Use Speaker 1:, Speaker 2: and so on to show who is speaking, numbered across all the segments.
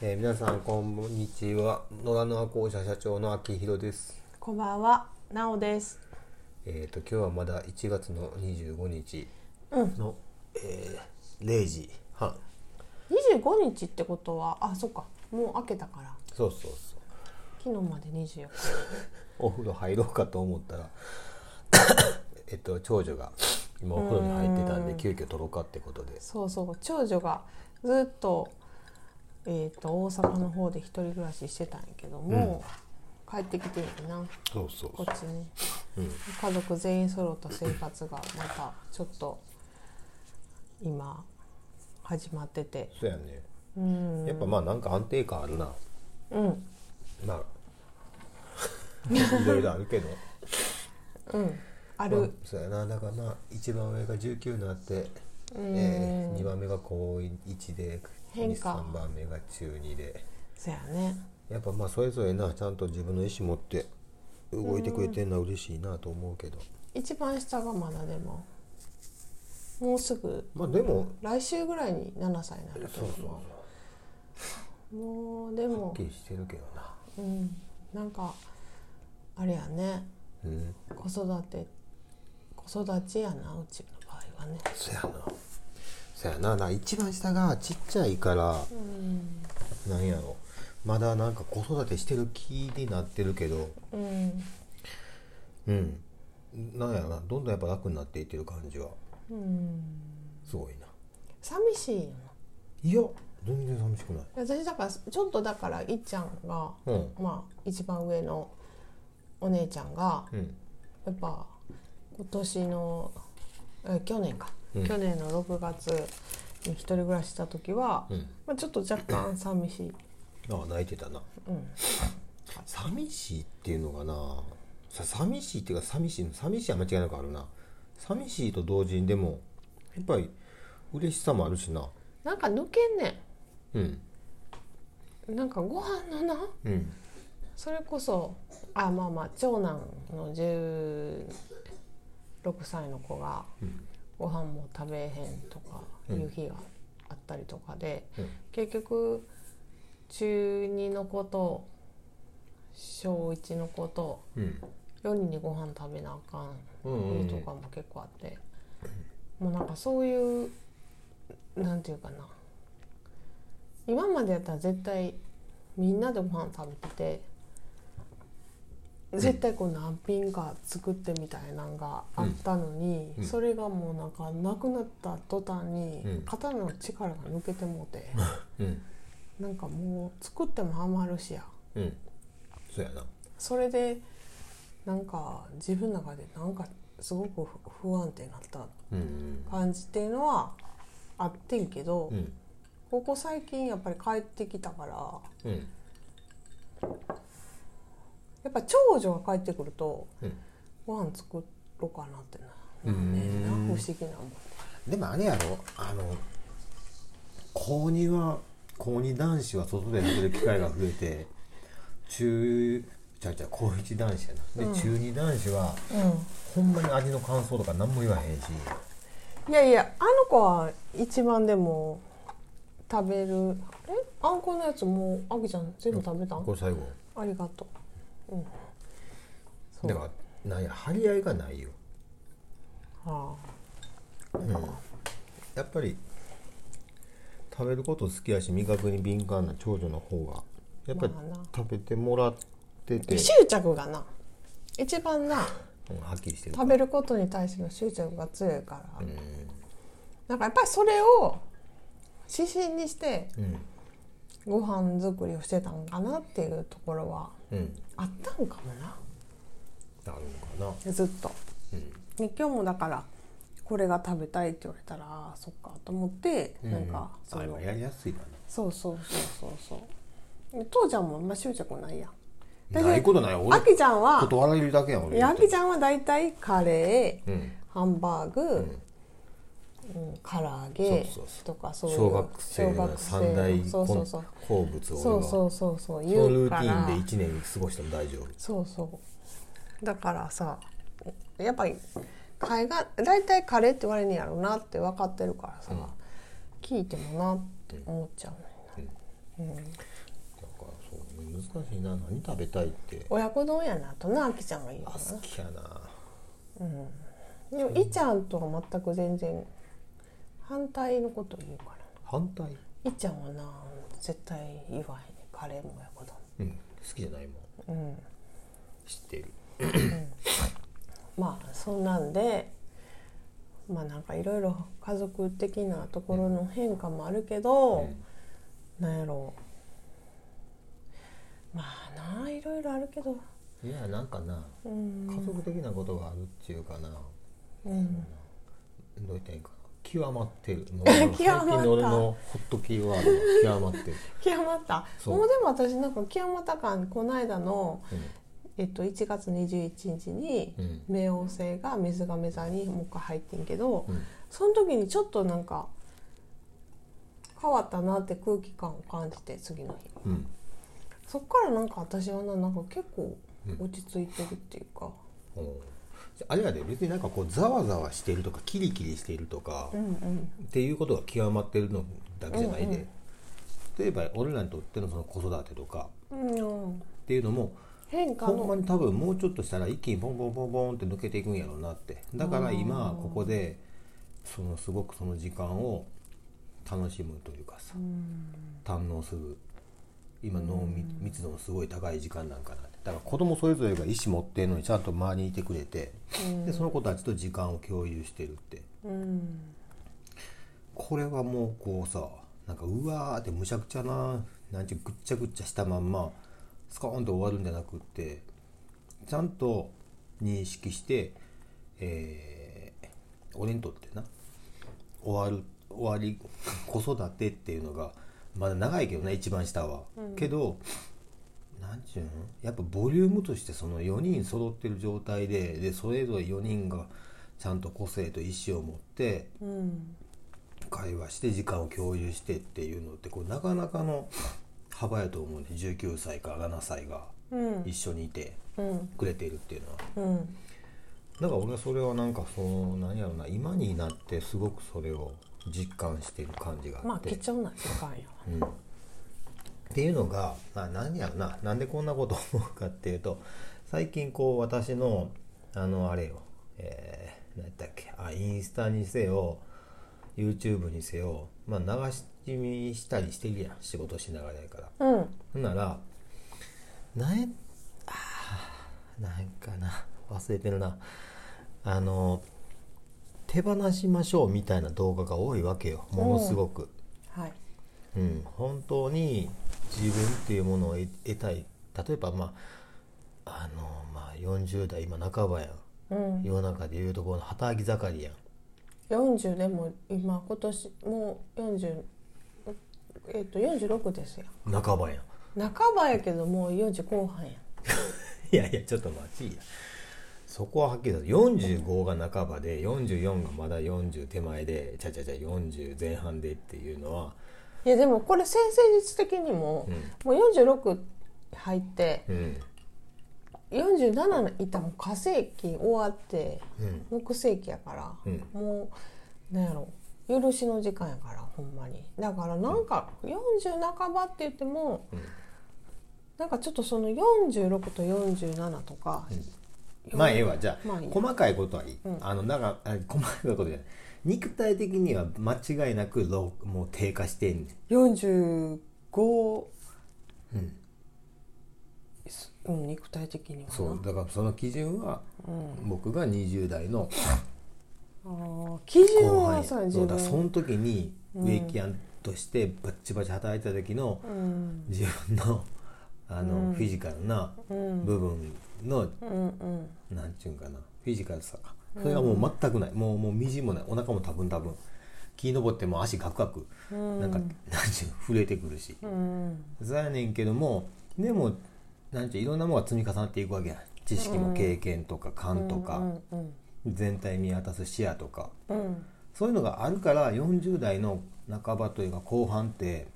Speaker 1: えー皆さんこんにちは野良の和光社社長の秋広です
Speaker 2: こんばんは、なおです。
Speaker 1: えっ、と今日はまだ1月の25日
Speaker 2: うん
Speaker 1: の、えー0時半
Speaker 2: 二十五日ってことは、あ、そっか、もう開けたから。
Speaker 1: そうそうそう
Speaker 2: 昨日まで二十四日。
Speaker 1: お風呂入ろうかと思ったら えっと長女が今お風呂に入ってたんで急遽取ろうかってことで
Speaker 2: そうそう、長女がずっと。えっ、と、大阪の方で一人暮らししてたんやけども。帰ってきてるな、
Speaker 1: そうそう
Speaker 2: こっちに。
Speaker 1: うん
Speaker 2: 家族全員揃った生活が、またちょっと。今。始まってて。
Speaker 1: そうやね
Speaker 2: うん。
Speaker 1: やっぱまあなんか安定感あるな
Speaker 2: うん。
Speaker 1: まあ いろいろあるけど
Speaker 2: うん。あ
Speaker 1: まあ
Speaker 2: る。
Speaker 1: そうやなだからまあ一番上が19になって、
Speaker 2: うん
Speaker 1: え2番目が高1で
Speaker 2: 変化
Speaker 1: 3番目が中2で
Speaker 2: そやね。
Speaker 1: やっぱまあそれぞれなちゃんと自分の意思持って動いてくれてるのは嬉しいなと思うけど、
Speaker 2: 一番下がまだでももうすぐ
Speaker 1: まあでも
Speaker 2: 来週ぐらいに7歳になるけ
Speaker 1: そうそう
Speaker 2: どもうで
Speaker 1: はっ
Speaker 2: も
Speaker 1: き、りしてるけどな
Speaker 2: うん、なんかあれやね
Speaker 1: うん
Speaker 2: 子育て子育ちやなうちの場合はね
Speaker 1: そやなそやなだから一番下がちっちゃいから、なんやろまだなんか子育てしてる気になってるけど
Speaker 2: うん
Speaker 1: うんなんやろなどんどんやっぱ楽になっていってる感じは
Speaker 2: うん
Speaker 1: すごいな
Speaker 2: 寂しいよ
Speaker 1: いや全然寂しくない
Speaker 2: な私だからちょっとだからいっちゃんが、
Speaker 1: うん
Speaker 2: まあ一番上のお姉ちゃんが
Speaker 1: うん
Speaker 2: やっぱ今年のえ去年か、
Speaker 1: うん
Speaker 2: 去年の6月に一人暮らしした時は、
Speaker 1: うん
Speaker 2: まあ、ちょっと若干寂しい、
Speaker 1: ああ泣いてたな
Speaker 2: うん、
Speaker 1: 寂しいっていうのがなさ寂しいっていうか寂しい寂しいは間違いなくあるな寂しいと同時にでもやっぱり嬉しさもあるしな
Speaker 2: なんか抜けんね
Speaker 1: うん
Speaker 2: んなんかご飯のな
Speaker 1: うん
Speaker 2: それこそあまあまあ長男の16歳の子が
Speaker 1: うん
Speaker 2: ご飯も食べへんとか
Speaker 1: うん
Speaker 2: いう日があったりとかで、
Speaker 1: うん
Speaker 2: 結局中2の子と小1の子と
Speaker 1: うん
Speaker 2: 夜にご飯食べなあかん
Speaker 1: うんうんうん
Speaker 2: 日とかも結構あって、もうなんかそういうなんていうかな今までやったら絶対みんなでご飯食べてて絶対こう何品か作ってみたいなんがあったのに、
Speaker 1: うん
Speaker 2: それがもうなんかなくなった途端に、
Speaker 1: うん
Speaker 2: 肩の力が抜けてもうて
Speaker 1: うん
Speaker 2: なんかもう作ってもハマるしや。
Speaker 1: うんそうやな
Speaker 2: それでなんか自分の中でなんかすごく不不安定になった
Speaker 1: うん
Speaker 2: 感じっていうのはあってんけど、
Speaker 1: うん
Speaker 2: ここ最近やっぱり帰ってきたから
Speaker 1: うん
Speaker 2: やっぱ長女が帰ってくると
Speaker 1: うん
Speaker 2: ご飯作ろうかなって
Speaker 1: う
Speaker 2: な、
Speaker 1: ん
Speaker 2: ねんな不思議なもん
Speaker 1: でもあれやろあの高2は高2男子は外で食べる機会が増えて中ちゃうちゃう高1男子やなで、中2男子はほんまに味の感想とか何も言わへんし
Speaker 2: いやいやあの子は一番でも食べるえあんこのやつもうあきちゃん全部食べたん
Speaker 1: これ最後
Speaker 2: ありがとう、うん、そう
Speaker 1: だからなんや張り合いがないよ
Speaker 2: はあ
Speaker 1: やっぱり食べること好きやし味覚に敏感な長女の方がやっぱり
Speaker 2: まあな
Speaker 1: 食べてもらってて、
Speaker 2: 執着がな一番な
Speaker 1: うんはっきりしてる
Speaker 2: 食べることに対しての執着が強いから、なんかやっぱりそれを指針にして
Speaker 1: うん
Speaker 2: ご飯作りをしてたんかなっていうところは
Speaker 1: うん
Speaker 2: あったんかもな
Speaker 1: なるのか
Speaker 2: ずっと、で今日もだからこれが食べたいって言われたらあーそっかと思って、
Speaker 1: な
Speaker 2: なんか
Speaker 1: うん
Speaker 2: そ
Speaker 1: あれ
Speaker 2: の
Speaker 1: はやりやすいかな
Speaker 2: そうそうそうそうそうで父ちゃんもあんま執着ないやん
Speaker 1: ないことないよ俺
Speaker 2: あきちゃんは
Speaker 1: 断られるだけやん俺
Speaker 2: いやあきちゃんは大体カレー、
Speaker 1: うん
Speaker 2: ハンバーグ、うん唐揚
Speaker 1: そう
Speaker 2: げ
Speaker 1: そうそう
Speaker 2: とかそういう
Speaker 1: 小学生の三大
Speaker 2: そうそうそう
Speaker 1: 好物を
Speaker 2: そう
Speaker 1: 俺
Speaker 2: そ
Speaker 1: は
Speaker 2: うそうそう
Speaker 1: そのルーティ
Speaker 2: 言うから
Speaker 1: ンで1年過ごしても大丈夫
Speaker 2: そうそうだからさやっぱり海岸大体カレーって言われるんやろうなって分かってるからさ、聞いてもなって思っちゃうねんな
Speaker 1: しいな何食べたいって
Speaker 2: 親子丼やなとなあきちゃんが言うの
Speaker 1: あ
Speaker 2: か
Speaker 1: 好きやな
Speaker 2: なでもいちゃんとは全く全然反対のこと言うから
Speaker 1: 反対
Speaker 2: いちゃんはな絶対言わへんねカレーも親子丼
Speaker 1: うん好きじゃないもん、
Speaker 2: うん
Speaker 1: 知ってる
Speaker 2: まあそんなんでまあなんかいろいろ家族的なところの変化もあるけど、なんやろうまあないろいろあるけど
Speaker 1: いやなんかな、
Speaker 2: うん
Speaker 1: 家族的なことがあるっていうかな
Speaker 2: うん
Speaker 1: どう言ったらいいかな極まってるもう
Speaker 2: 極まっ
Speaker 1: 最
Speaker 2: た
Speaker 1: 近の俺のホットキーワードが極まって る、
Speaker 2: 極まった
Speaker 1: そう
Speaker 2: もうでも私なんか極まった感この間の、
Speaker 1: う
Speaker 2: えっと、1月21日に
Speaker 1: うん
Speaker 2: 冥王星が水亀座にもう一回入ってんけど、
Speaker 1: んうん
Speaker 2: その時にちょっとなんか変わったなって空気感を感じて次の日
Speaker 1: うん
Speaker 2: そっからなんか私はななんか結構
Speaker 1: うん
Speaker 2: 落ち着いてるっていうか、
Speaker 1: おうあれやで別になんかこうざわざわしてるとかキリキリしてるとか、
Speaker 2: うんうん、
Speaker 1: っていうことが極まってるのだけじゃないで、例えば俺らにとってのその子育てとか
Speaker 2: うんうん、
Speaker 1: っていうのも
Speaker 2: 変化
Speaker 1: ほんま
Speaker 2: の
Speaker 1: に多分もうちょっとしたら一気にボンボンボンボンって抜けていくんやろうなってだから今ここでそのすごくその時間を楽しむというかさ堪能する今脳密密度のすごい高い時間なんかなってだから子供それぞれが意思持ってるのにちゃんと周りにいてくれてでその子たちと時間を共有してるって
Speaker 2: うん
Speaker 1: これはもうこうさなんかうわーってむちゃくちゃななんていうぐっちゃぐっちゃしたまんまスコーンと終わるんじゃなくってちゃんと認識して、えー俺にとってな終わる終わり子育てっていうのがまだ長いけどね一番下は、けどなんちゅうのやっぱボリュームとしてその4人揃ってる状態ででそれぞれ4人がちゃんと個性と意思を持って
Speaker 2: うん
Speaker 1: 会話して時間を共有してっていうのってこうなかなかの幅やと思うね19歳から7歳が
Speaker 2: うん
Speaker 1: 一緒にいて
Speaker 2: うん
Speaker 1: くれているっていうのは
Speaker 2: うん
Speaker 1: だから俺はそれはなんかその何やろな今になってすごくそれを実感してる感じがあ
Speaker 2: ま
Speaker 1: っ
Speaker 2: あ
Speaker 1: て、
Speaker 2: 貴重な時間や
Speaker 1: うん、っていうのが、まあ、何やろななんでこんなこと思うかっていうと最近こう私のあのあれよ、えー、何やったっけあインスタにせよ YouTube にせよ、まあ、流し見したりしてるやん仕事しながらやから
Speaker 2: わうん
Speaker 1: ほんならなんやあーなんかな忘れてるなあの手放しましょうみたいな動画が多いわけよものすごく。
Speaker 2: はい
Speaker 1: うん、本当に自分っていうものを得得たい例えばまああの、まあ、40代今半ばやん
Speaker 2: うん、
Speaker 1: 世の中でいうところの働き盛りやん
Speaker 2: 40でも今今年もう40えっと46ですよ
Speaker 1: 半ばやん
Speaker 2: 半ばやけどもう40後半や
Speaker 1: いやいやちょっと待ちやそこははっきりと45が半ばで44がまだ40手前でちゃちゃちゃ40前半でっていうのはい
Speaker 2: やでもこれ先生術的にも、もう46入って
Speaker 1: うん
Speaker 2: 47のいたもう火星期終わって
Speaker 1: うん
Speaker 2: 木星期やから、
Speaker 1: うん
Speaker 2: もうなんやろ許しの時間やからほんまにだからなんか40半ばって言っても、
Speaker 1: ん
Speaker 2: なんかちょっとその46と47とか、
Speaker 1: まあええわじゃあ、
Speaker 2: まあいい
Speaker 1: 細かいことはいい、あのなんかあ細かいことじゃない肉体的には間違いなく老もう低下してんねん
Speaker 2: 45すうん肉体的にはな
Speaker 1: そうだからその基準は、僕が20代の
Speaker 2: あー基準
Speaker 1: 後半
Speaker 2: は
Speaker 1: や
Speaker 2: さ
Speaker 1: そう
Speaker 2: 自
Speaker 1: だからそ
Speaker 2: 分
Speaker 1: の時に植木屋としてバッチバチ働いてた時の
Speaker 2: うん
Speaker 1: 自分のあの、フィジカルな
Speaker 2: うん
Speaker 1: 部分の、
Speaker 2: うんうん
Speaker 1: なんちゅうんかなフィジカルさそれがもう全くない、もうもうみじんもないお腹も多分多分木登っても足ガクガク、なんかなんちゅう震えてくるし、
Speaker 2: うん
Speaker 1: そうやねんけどもでもなんちゅういろんなものが積み重なっていくわけやん知識も経験とか勘とか。
Speaker 2: うんうん
Speaker 1: 全体見渡す視野とか
Speaker 2: うん
Speaker 1: そういうのがあるから40代の半ばというか後半って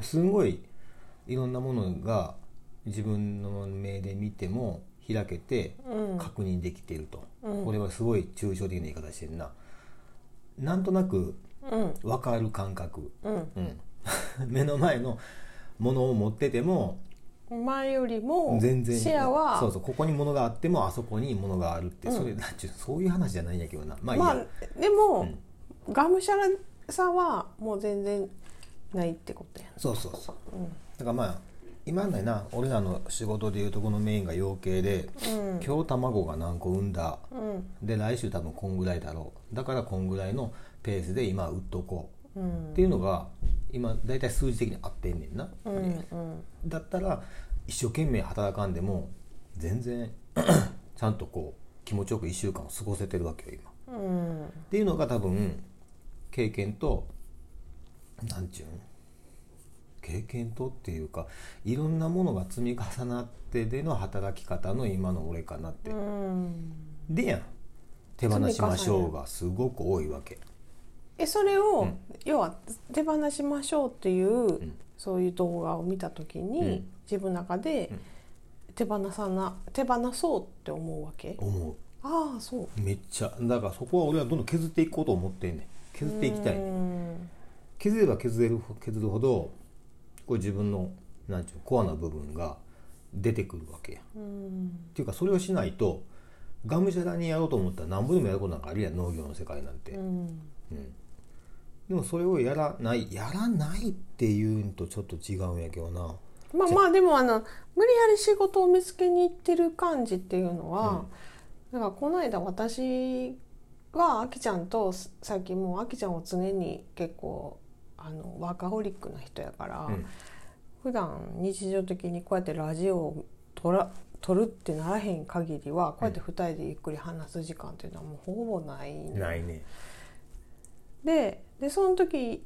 Speaker 1: すごいいろんなものが自分の目で見ても開けて
Speaker 2: うん
Speaker 1: 確認できていると、これはすごい抽象的な言い方してるななんとなく
Speaker 2: うん
Speaker 1: 分かる感覚、
Speaker 2: うん
Speaker 1: うん目の前のものを持ってても
Speaker 2: 前よりも
Speaker 1: 全然
Speaker 2: 視野は
Speaker 1: そうそうここに物があってもあそこに物があるって、それなんちゅうそういう話じゃないんやけどなまあいいや、
Speaker 2: まあでも、がむしゃらさはもう全然ないってことや
Speaker 1: そうそうそう、だからまあ今のな俺らの仕事でいうとこのメインが養鶏で、今日卵が何個産んだ、で来週多分こんぐらいだろうだからこんぐらいのペースで今売っとこう、っていうのが今大体数字的に合ってんねんな、
Speaker 2: な。うんうん
Speaker 1: だったら一生懸命働かんでも全然 ちゃんとこう気持ちよく1週間を過ごせてるわけよ今。
Speaker 2: うん
Speaker 1: っていうのが多分経験となんちゅうん経験とっていうかいろんなものが積み重なってでの働き方の今の俺かなって、
Speaker 2: うん
Speaker 1: でやん手放しましょうがすごく多いわけ
Speaker 2: えそれを、要は手放しましょうっていう、そういう動画を見た時に、
Speaker 1: うん
Speaker 2: 自分の中で手放さな手放そうって思うわけ、
Speaker 1: 思
Speaker 2: ああそう
Speaker 1: うめっちゃだからそこは俺はどんどん削っていこうと思ってんねん削っていきたい、
Speaker 2: うん
Speaker 1: 削れば削れるほ削るほどこう自分のなんちゅうコアな部分が出てくるわけや
Speaker 2: うん
Speaker 1: っていうかそれをしないとがむしゃらにやろうと思ったら何ぼでもやることなんかあるやん農業の世界なんて、
Speaker 2: うん
Speaker 1: でもそれをやらないやらないっていうんとちょっと違うんやけどな
Speaker 2: まあまあでもあの無理やり仕事を見つけに行ってる感じっていうのは、なんかこの間私はあきちゃんとすさっきもうあきちゃんを常に結構あのワーカホリックな人やから、
Speaker 1: うん
Speaker 2: 普段日常的にこうやってラジオを撮ら撮るってならへん限りはこうやって2人でゆっくり話す時間っていうのはもうほぼないの
Speaker 1: ないね
Speaker 2: ででその時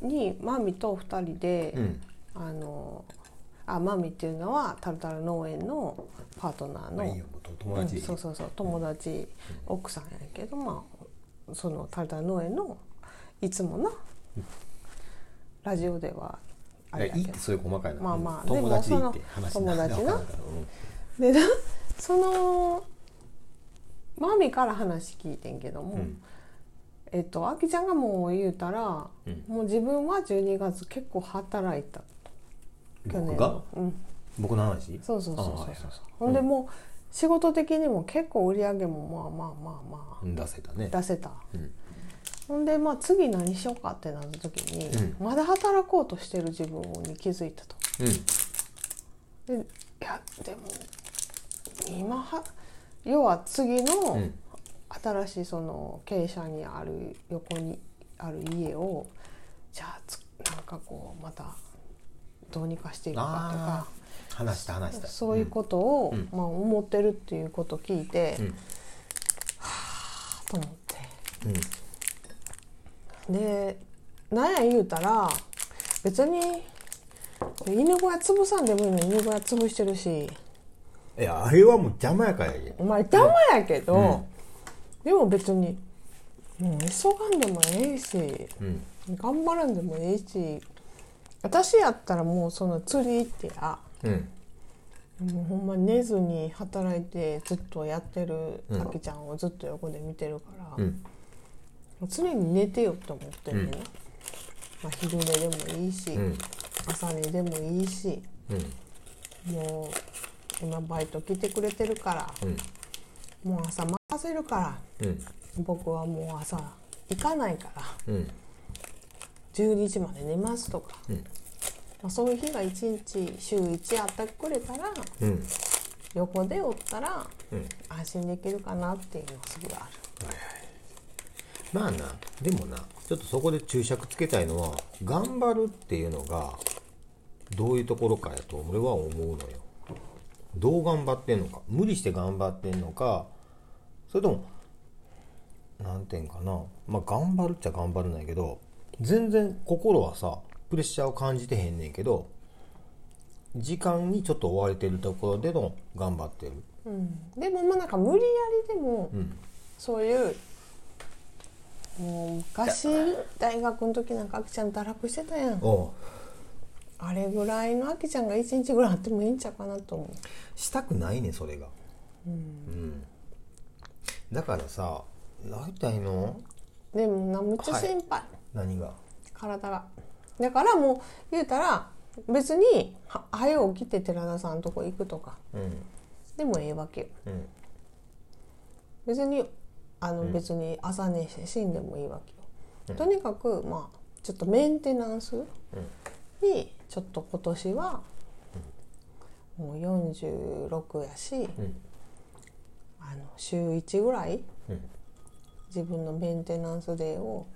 Speaker 2: にマミと2人で、
Speaker 1: うん
Speaker 2: あのあマミっていうのはタルタル農園のパートナーの、
Speaker 1: まあいいよもうと友達、
Speaker 2: うんそうそうそう友達、奥さんやけどまあそのタルタル農園のいつもな、ラジオではあ
Speaker 1: いや
Speaker 2: れ
Speaker 1: いい
Speaker 2: だけ
Speaker 1: っ
Speaker 2: ど
Speaker 1: てそういう細かいな、
Speaker 2: まあまあ
Speaker 1: 友達でいいっ
Speaker 2: で
Speaker 1: て
Speaker 2: も
Speaker 1: 話
Speaker 2: その
Speaker 1: なんだ
Speaker 2: 友達な
Speaker 1: わかるからうん
Speaker 2: で なそのマミから話聞いてんけども、
Speaker 1: ん
Speaker 2: えっとあきちゃんがもう言うたら、
Speaker 1: うん
Speaker 2: もう自分は12月結構働いた
Speaker 1: 僕が
Speaker 2: うん
Speaker 1: 僕の話
Speaker 2: そうそうそうそう
Speaker 1: ああ
Speaker 2: そ
Speaker 1: は
Speaker 2: う
Speaker 1: いはい
Speaker 2: ほんでもう仕事的にも結構売り上げもまあまあまあま
Speaker 1: うん出せたね
Speaker 2: あ出せた、
Speaker 1: うん
Speaker 2: ほんでまあ次何しようかってなった時に、
Speaker 1: う
Speaker 2: まだ働こうとしてる自分に気づいたと。
Speaker 1: うん
Speaker 2: でいやでも今は要は次の
Speaker 1: うん
Speaker 2: 新しいその傾斜にある横にある家をじゃあつなんかこうまたどうにかしていくか
Speaker 1: ああ話した話し
Speaker 2: と
Speaker 1: た
Speaker 2: かそういうことを、まあ、思ってるっていうことを聞いて、
Speaker 1: うん
Speaker 2: はあと思って。
Speaker 1: うん
Speaker 2: でなんや言うたら別に犬小屋潰さんでもいいのに犬小屋潰してるし。
Speaker 1: いやあれはもう邪魔やからやけ
Speaker 2: まあ痛まやけど、でも別にもう急がんでもええし
Speaker 1: うん
Speaker 2: 頑張らんでもええし私やったらもうその釣り行ってや
Speaker 1: うん
Speaker 2: もうほんま寝ずに働いてずっとやってる
Speaker 1: うん
Speaker 2: あきちゃんをずっと横で見てるから、
Speaker 1: う
Speaker 2: も
Speaker 1: ん
Speaker 2: う常に寝てよって思ってるね、んな
Speaker 1: う
Speaker 2: まあ、昼寝でもいいし、
Speaker 1: うん
Speaker 2: 朝寝でもいいし
Speaker 1: うん
Speaker 2: もう今バイト来てくれてるから
Speaker 1: うん
Speaker 2: もう朝任せるから
Speaker 1: うん
Speaker 2: 僕はもう朝行かないから
Speaker 1: うん
Speaker 2: 12時まで寝ますとか、
Speaker 1: うん
Speaker 2: まあ、そういう日が1日週1あったくれたら
Speaker 1: うん
Speaker 2: 横でおったら
Speaker 1: うん
Speaker 2: 安心できるかなっていうのはすごいあ
Speaker 1: まあなでもなちょっとそこで注釈つけたいのは頑張るっていうのがどういうところかやと俺は思うのよどう頑張ってんのか無理して頑張ってんのかそれとも何ていうんかなまあ頑張るっちゃ頑張るんやけど全然心はさプレッシャーを感じてへんねんけど時間にちょっと追われてるところでの頑張ってる
Speaker 2: る、うん、でもまあなんか無理やりでも、
Speaker 1: ん
Speaker 2: そういうもう昔大学の時なんかあきちゃん堕落してたやん
Speaker 1: おう
Speaker 2: あれぐらいのあきちゃんが1日ぐらいあってもいいんちゃうかなと思
Speaker 1: したくないねそれがうんだからさ大体の
Speaker 2: うでもなむっちゃ心配、
Speaker 1: 何が
Speaker 2: 体がだからもう言うたら別には早起きて寺田さんのとこ行くとか
Speaker 1: うん
Speaker 2: でもええわけよ
Speaker 1: うん
Speaker 2: 別にあの、別に朝寝して死んでもいいわけよ、とにかくまあちょっとメンテナンスにちょっと今年は、もう46やし、
Speaker 1: ん
Speaker 2: あの週1ぐらい
Speaker 1: うん
Speaker 2: 自分のメンテナンスデーを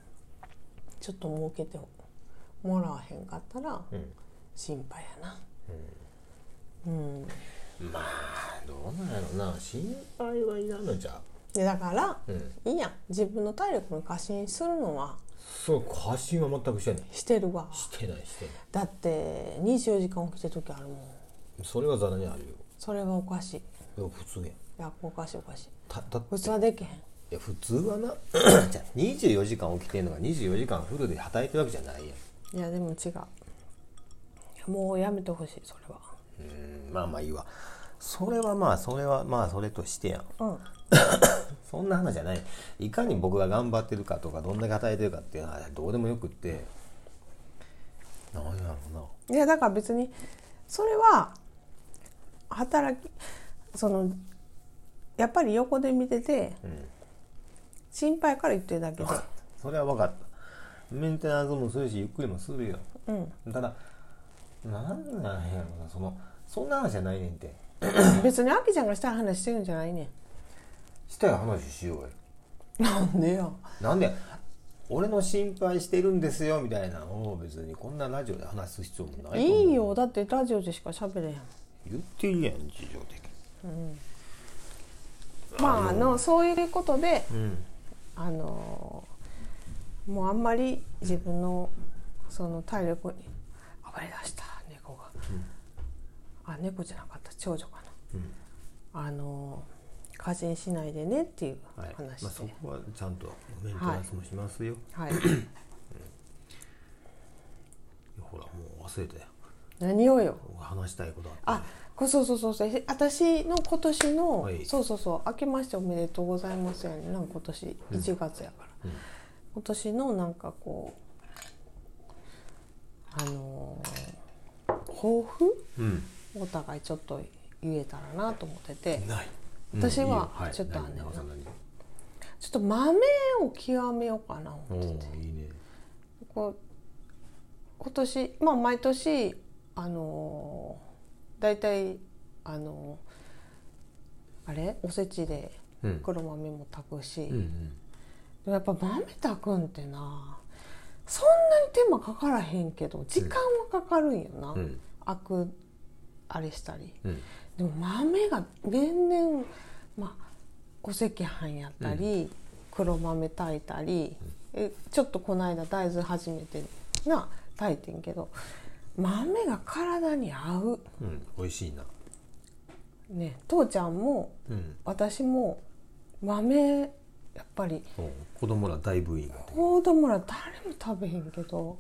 Speaker 2: ちょっと設けてもらわへんかったら
Speaker 1: うん
Speaker 2: 心配やな。うん
Speaker 1: まあどうなんやろな心配はいらんのじゃ
Speaker 2: でだから、
Speaker 1: う、うん、
Speaker 2: いいやん自分の体力の過信するのは
Speaker 1: そう過信は全くしてない
Speaker 2: してるわ
Speaker 1: してないしてない
Speaker 2: だって24時間起きてる時あるもん
Speaker 1: それはざらにあるよ
Speaker 2: それがおかしいい
Speaker 1: いや普通やん
Speaker 2: やおかしいおかしい
Speaker 1: たた
Speaker 2: 普通はできへん
Speaker 1: いや普通はな じゃあ24時間起きてんのが24時間フルで働いてるわけじゃないやん
Speaker 2: いやでも違うもうやめてほしいそれ
Speaker 1: うんまあまあいいわそれはまあそれはまあそれとしてやん
Speaker 2: は
Speaker 1: そんな話じゃないいかに僕が頑張ってるかとかどんだけ働いてるかっていうのはどうでもよくってなんやろうな
Speaker 2: うんいやだから別にそれは働きそのやっぱり横で見てて、
Speaker 1: ん
Speaker 2: 心配から言ってるだ けで
Speaker 1: それは分かったメンテナンスもするしゆっくりもするよ
Speaker 2: うん
Speaker 1: ただなんなんやろうなそのそんな話じゃないねんて
Speaker 2: 別にあきちゃんがしたい話してるんじゃないね
Speaker 1: したい話しようよ
Speaker 2: んなんでよ
Speaker 1: なんで俺の心配してるんですよみたいなのを別にこんなラジオで話す必要もないと思う
Speaker 2: いいよだってラジオでしか喋れへん
Speaker 1: 言ってるやん日常的に
Speaker 2: まああのそういうことで
Speaker 1: うん
Speaker 2: あのもうあんまり自分のその体力に暴れだした猫が、あ猫じゃなかった長女かな、あの過信しないでねっていう
Speaker 1: はいまあ、
Speaker 2: 話で、
Speaker 1: そこはちゃんとメンテナンスもしますよ、
Speaker 2: はい、
Speaker 1: ほらもう忘れたよ
Speaker 2: 何をよ
Speaker 1: 話したいことあった
Speaker 2: あこそうそうそうそうえ私の今年の、
Speaker 1: はい
Speaker 2: そうそうそう明けましておめでとうございますやねなんか今年1月やから、今年のなんかこうあのー抱負
Speaker 1: うん
Speaker 2: お互いちょっと言えたらなと思ってて
Speaker 1: ない
Speaker 2: 私は
Speaker 1: うんいいよ
Speaker 2: ちょっとあんねんな
Speaker 1: 何何何
Speaker 2: ちょっと豆を極めようかな
Speaker 1: おーいいね
Speaker 2: こう今年まあ毎年あのー、大体あのー、あれおせちで
Speaker 1: うん
Speaker 2: 黒豆も炊くし、
Speaker 1: うんう
Speaker 2: で
Speaker 1: ん
Speaker 2: もやっぱ豆炊くんってなそんなに手間かからへんけど時間はかかるんよな、
Speaker 1: うん
Speaker 2: 開くあれしたり
Speaker 1: うん
Speaker 2: でも豆が年々、まあ、お赤飯やったり、黒豆炊いたり、えちょっとこの間大豆初めてな炊いてんけど豆が体に合う
Speaker 1: うん美味しいな
Speaker 2: ね父ちゃんも
Speaker 1: うん
Speaker 2: 私も豆やっぱり
Speaker 1: おー子供ら大ブーイング
Speaker 2: 子供ら誰も食べへんけど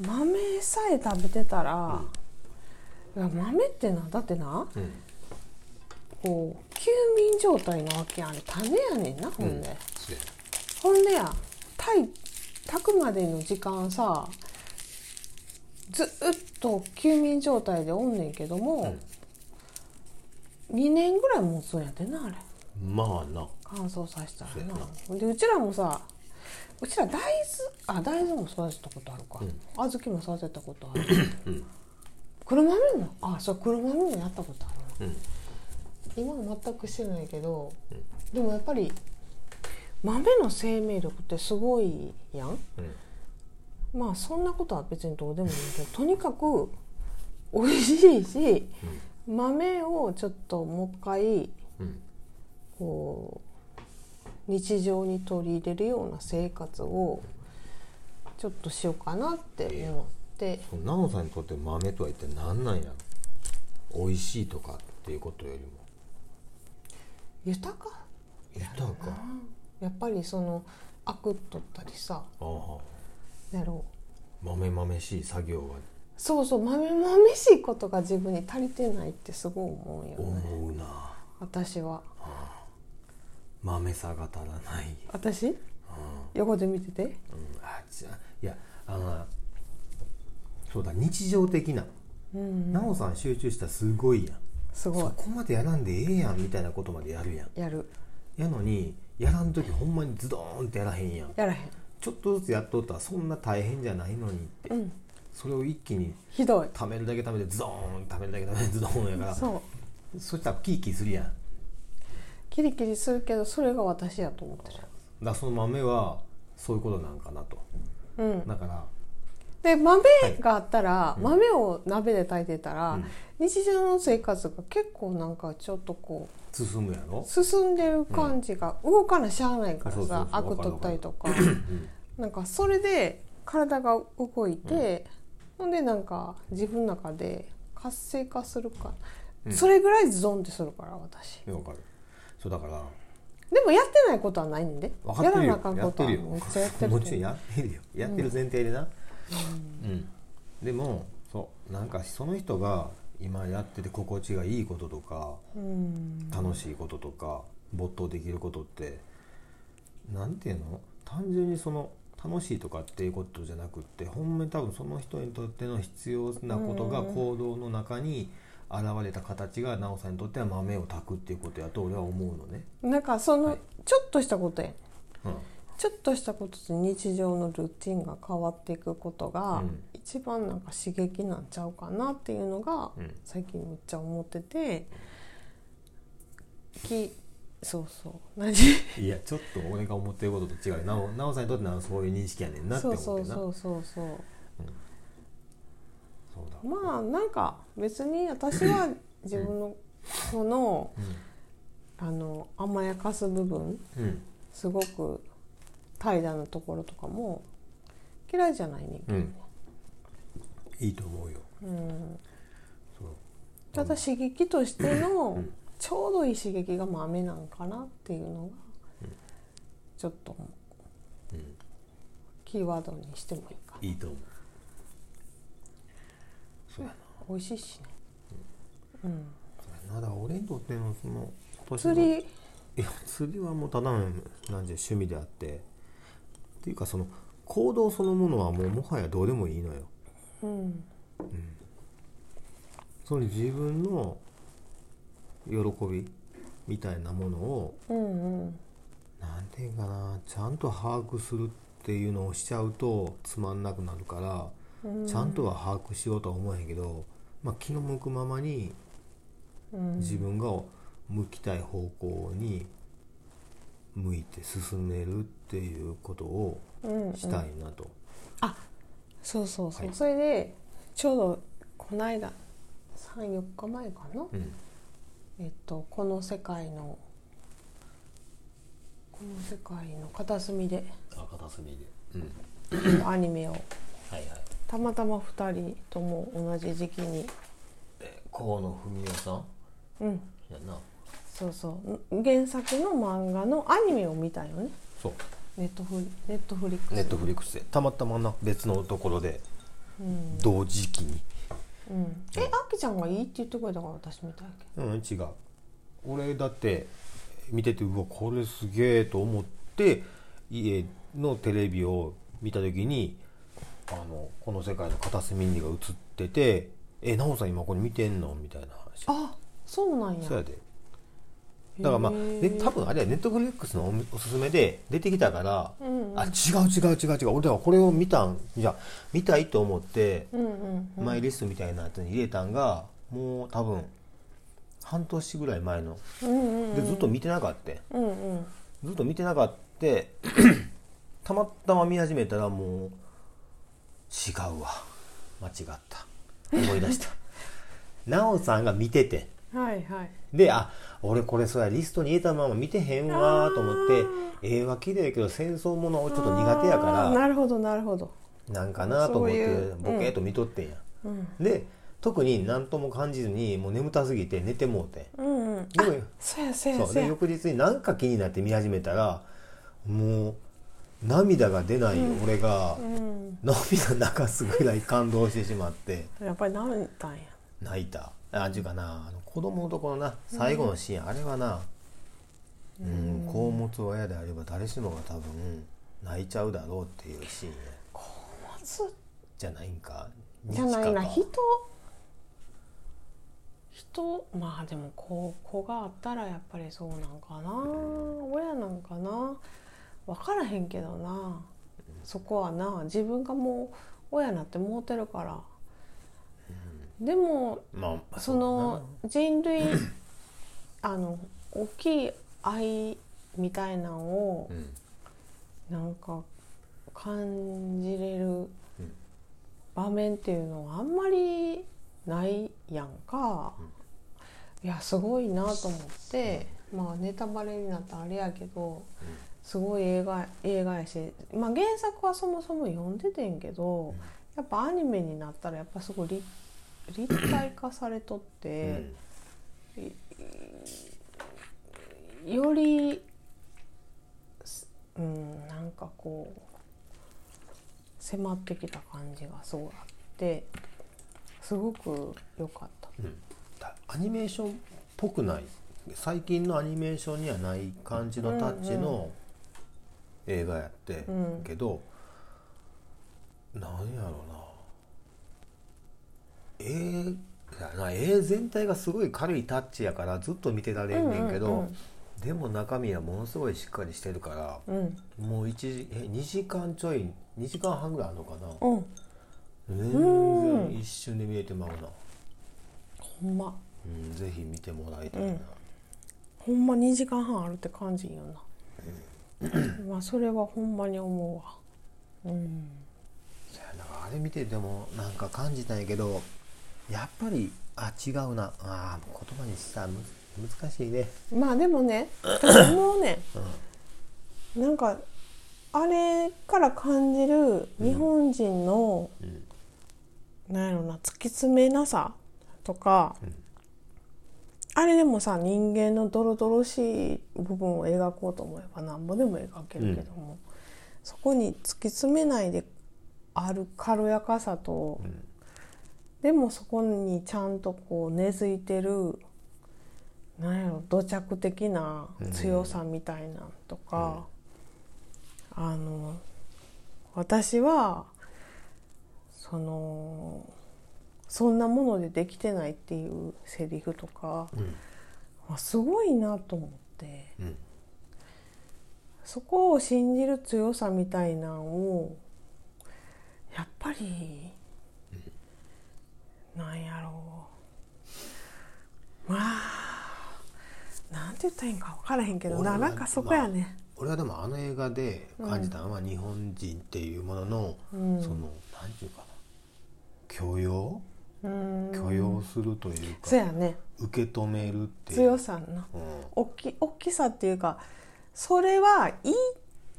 Speaker 2: 豆さえ食べてたら、いや豆ってなだってな
Speaker 1: うん
Speaker 2: こう休眠状態なわけやん種やねんなほんで、
Speaker 1: そうや
Speaker 2: ほんでや炊い炊くまでの時間さずっと休眠状態でおんねんけども、2年ぐらい持つんやってなあれ
Speaker 1: まあな
Speaker 2: 乾燥させたら
Speaker 1: そうや
Speaker 2: なでうちらもさうちら大豆あ大豆も育てたことあるか、小豆も育てたことある、黒豆もあそう黒豆もやったことあるな、今は全くしてないけど、でもやっぱり豆の生命力ってすごいやん、まあそんなことは別にどうでもいいけどとにかく美味しいし、豆をちょっともう一回
Speaker 1: うん
Speaker 2: こう日常に取り入れるような生活をちょっとしようかなって思って
Speaker 1: そのナオさんにとって豆とは一体何なんやろ美味しいとかっていうことよりも
Speaker 2: 豊か
Speaker 1: 豊か
Speaker 2: やっぱりそのアクっとったりさ
Speaker 1: ああ
Speaker 2: やろう
Speaker 1: 豆豆しい作業は
Speaker 2: そうそうまめまめしいことが自分に足りてないってすごい思うよ
Speaker 1: 思うな
Speaker 2: 私は
Speaker 1: 豆さが足らない
Speaker 2: 私横で見てて
Speaker 1: うん、あじゃあいやあのなそうだ日常的な
Speaker 2: うん
Speaker 1: 奈緒さん集中したらすごいやん
Speaker 2: すご
Speaker 1: そこまでやらんでええやんみたいなことまでやるやん
Speaker 2: いやる
Speaker 1: やのにやらん時ほんまにズドーンってやらへんやん
Speaker 2: やらへん
Speaker 1: ちょっとずつやっとったらそんな大変じゃないのにって、
Speaker 2: うん
Speaker 1: それを一気に
Speaker 2: ひどい
Speaker 1: 貯めるだけ貯めてズドーン貯めるだけ貯めてズドーンやからそ
Speaker 2: そう
Speaker 1: したらキーキーするやんだか
Speaker 2: キリキリするけどそれが私やと思って
Speaker 1: らその豆はそういうことなんかなと
Speaker 2: るうん
Speaker 1: だから
Speaker 2: で豆があったら、豆を鍋で炊いてたら、
Speaker 1: うん
Speaker 2: 日常の生活が結構なんかちょっとこう
Speaker 1: 進むやろ、
Speaker 2: 進んでる感じが、動かなしゃあないから
Speaker 1: そうそう
Speaker 2: さ
Speaker 1: そう
Speaker 2: アク取ったりとか なんかそれで体が動いて、ほんでなんか自分の中で活性化するか、
Speaker 1: うん
Speaker 2: それぐらいズドンってするから私
Speaker 1: わかるそうだから
Speaker 2: でもやってないことはないんで
Speaker 1: 分か
Speaker 2: や
Speaker 1: っ
Speaker 2: ら
Speaker 1: てる
Speaker 2: なあ
Speaker 1: よ
Speaker 2: かん
Speaker 1: や
Speaker 2: こ
Speaker 1: っ
Speaker 2: と
Speaker 1: て
Speaker 2: は
Speaker 1: る
Speaker 2: め
Speaker 1: よ
Speaker 2: っちゃやってる
Speaker 1: も
Speaker 2: け
Speaker 1: ちろん
Speaker 2: ど
Speaker 1: やってるよやってる前提でなうん、でもそうなんかその人が今やってて心地がいいこととか
Speaker 2: うん
Speaker 1: 楽しいこととか没頭できることってなんていうの単純にその楽しいとかっていうことじゃなくってほんまに多分その人にとっての必要なことが
Speaker 2: うん
Speaker 1: 行動の中に現れた形が奈緒さんにとっては豆を炊くっていうことやと俺は思うのね。
Speaker 2: なんかその、
Speaker 1: はい
Speaker 2: ちょっとしたことやん
Speaker 1: うん
Speaker 2: ちょっとしたことと日常のルーティンが変わっていくことが
Speaker 1: うん
Speaker 2: 一番なんか刺激なんちゃうかなっていうのが
Speaker 1: うん
Speaker 2: 最近めっちゃ思っててきそうそう何
Speaker 1: いやちょっと俺が思ってることと違うなおなおさんにとってはそういう認識やねんなって
Speaker 2: そ
Speaker 1: 思っ
Speaker 2: う
Speaker 1: てな
Speaker 2: そうそうそうそう
Speaker 1: そうだ
Speaker 2: まあなんか別に私は自分のこのあの甘やかす部分
Speaker 1: うん、うん
Speaker 2: すごく怠惰なところとかも嫌いじゃないねんけど、
Speaker 1: うんいいと思うよ
Speaker 2: うん、
Speaker 1: そう
Speaker 2: ただ刺激としての
Speaker 1: ん
Speaker 2: ちょうどいい刺激が豆なんかなっていうのがちょっと
Speaker 1: うん
Speaker 2: キーワードにしてもいいかない
Speaker 1: いと思うそうやな
Speaker 2: 美味しいしね、うん、
Speaker 1: そうやなだから俺にとってのその
Speaker 2: 釣
Speaker 1: い
Speaker 2: り
Speaker 1: や釣りはもうただのなんじゃ趣味であってっていうかその行動そのものはもうもはやどうでもいいのよ
Speaker 2: うん
Speaker 1: その自分の喜びみたいなものを
Speaker 2: うんうん
Speaker 1: なんていうかなちゃんと把握するっていうのをしちゃうとつまんなくなるから、ちゃんとは把握しようとは思えへんけど、まあ、気の向くままに
Speaker 2: うん
Speaker 1: 自分が向きたい方向に向いて進めるっていうことを
Speaker 2: うん
Speaker 1: したいなと、
Speaker 2: あそうそうそう、
Speaker 1: はい
Speaker 2: それでちょうどこの間34日前かな、
Speaker 1: うん
Speaker 2: えっとこの世界のこの世界の片 隅で
Speaker 1: あ片隅で、うん、
Speaker 2: アニメを
Speaker 1: はいはい
Speaker 2: たまたま2人とも同じ時期に
Speaker 1: 河野文夫さん
Speaker 2: うん
Speaker 1: やな
Speaker 2: そうそうん原作の漫画のアニメを見たよね
Speaker 1: そう
Speaker 2: ネットフリネットフリックス
Speaker 1: ネットフリックスでたまたまな別のところで
Speaker 2: うん、
Speaker 1: 同時期に。
Speaker 2: うん、えあきちゃんがいいって言ってくれたから私見たわけ
Speaker 1: うん違う俺だって見ててうわこれすげえと思って家のテレビを見た時にあのこの世界の片隅にが映ってて「え奈緒さん今これ見てんの?」みたいな話
Speaker 2: あそうなんや
Speaker 1: そうやでだからまあ
Speaker 2: へー
Speaker 1: で多分あれはネットフリックスのおみおすすめで出てきたから、
Speaker 2: うんうん
Speaker 1: あ違う違う違う違う俺はこれを見たんじゃ見たいと思って
Speaker 2: うんうん
Speaker 1: マイリストみたいなやつに入れたんがもう多分半年ぐらい前の
Speaker 2: うんうん
Speaker 1: でずっと見てなかったず
Speaker 2: うんうん
Speaker 1: っと見てなかった たまたま見始めたらもう違うわ間違った思い出した なおさんが見てて
Speaker 2: はいはい
Speaker 1: であ俺これそやリストに入れたまま見てへんわと思って絵は綺麗やけど戦争ものちょっと苦手やから
Speaker 2: あーなるほどなるほど
Speaker 1: なんかなと思っ
Speaker 2: そう
Speaker 1: て
Speaker 2: いううん
Speaker 1: ボケーっと見とってんや、で特に何とも感じずにもう眠たすぎて寝てもうて
Speaker 2: うんうん
Speaker 1: でも
Speaker 2: そうやそうや
Speaker 1: そう
Speaker 2: そう
Speaker 1: で
Speaker 2: や
Speaker 1: 翌日に何か気になって見始めたらもう涙が出ない俺が、
Speaker 2: うん
Speaker 1: 涙流すぐらい感動してしまって
Speaker 2: やっぱりなめたんや
Speaker 1: 泣いたあっていうかなあの子供のところな最後のシーン、あれはな、うん、子を持つ親であれば誰しもが多分泣いちゃうだろうっていうシーンや
Speaker 2: 松
Speaker 1: じゃないんか
Speaker 2: じゃないな
Speaker 1: 日か
Speaker 2: 人とまあでもこう子があったらやっぱりそうなんかな親なんかな分からへんけどなそこはな自分がもう親なってもうてるからでも
Speaker 1: まあ
Speaker 2: その人類あの大きい愛みたいなのを
Speaker 1: そうだなうん
Speaker 2: なんか感じれる
Speaker 1: うん
Speaker 2: 場面っていうのはあんまりないやんか、いやすごいなと思って、まあネタバレになったらあれやけど、すごい映画映画やし、まあ、原作はそもそも読んでてんけど、やっぱアニメになったらやっぱすごい立立体化されとって。
Speaker 1: うん
Speaker 2: よりすうんなんかこう迫ってきた感じがすごいあってすごく良かった。
Speaker 1: アニメーションっぽくない最近のアニメーションにはない感じのタッチの映画やって、
Speaker 2: うん
Speaker 1: けどなんやろな映画な絵全体がすごい軽いタッチやからずっと見てられんねんけど、
Speaker 2: うんうんうん
Speaker 1: でも中身はものすごいしっかりしてるから、
Speaker 2: うん、
Speaker 1: もう1時え2時間ちょい2時間半ぐらいあるのかな
Speaker 2: うん、
Speaker 1: 全然一瞬で見えてまうな、
Speaker 2: ほんま
Speaker 1: うん、ぜひ見てもらいたいな、
Speaker 2: うんほんま2時間半あるって感じんよな。まあそれはほんまに思うわ。うん、
Speaker 1: そやなあれ見ててもなんか感じたんやけどやっぱりあ違うなあー言葉にしたらむ難しいね
Speaker 2: まあでも ね私思うね
Speaker 1: うん
Speaker 2: んなんかあれから感じる日本人の、
Speaker 1: うん
Speaker 2: なんやろな突き詰めなさとか、
Speaker 1: ん
Speaker 2: あれでもさ人間のドロドロしい部分を描こうと思えばなんぼでも描けるけども、そこに突き詰めないである軽やかさと、
Speaker 1: ん
Speaker 2: でもそこにちゃんとこう根付いてるなんやろ土着的な強さみたいなんとか、あの私はそのそんなものでできてないっていうセリフとか、
Speaker 1: ん
Speaker 2: あすごいなと思って
Speaker 1: うん
Speaker 2: そこを信じる強さみたいなのをやっぱり、なんやろうまあなんて言ったらいいんか分からへんけど
Speaker 1: 俺
Speaker 2: な
Speaker 1: は
Speaker 2: なんかそこやね、
Speaker 1: 俺はでもあの映画で感じたのは日本人っていうものの、
Speaker 2: うん
Speaker 1: その何て言うかな許容
Speaker 2: うん
Speaker 1: 許容するという
Speaker 2: そ
Speaker 1: か、
Speaker 2: やね
Speaker 1: 受け止めるっていう
Speaker 2: 強さな
Speaker 1: うん
Speaker 2: 大き大きさっていうかそれはいい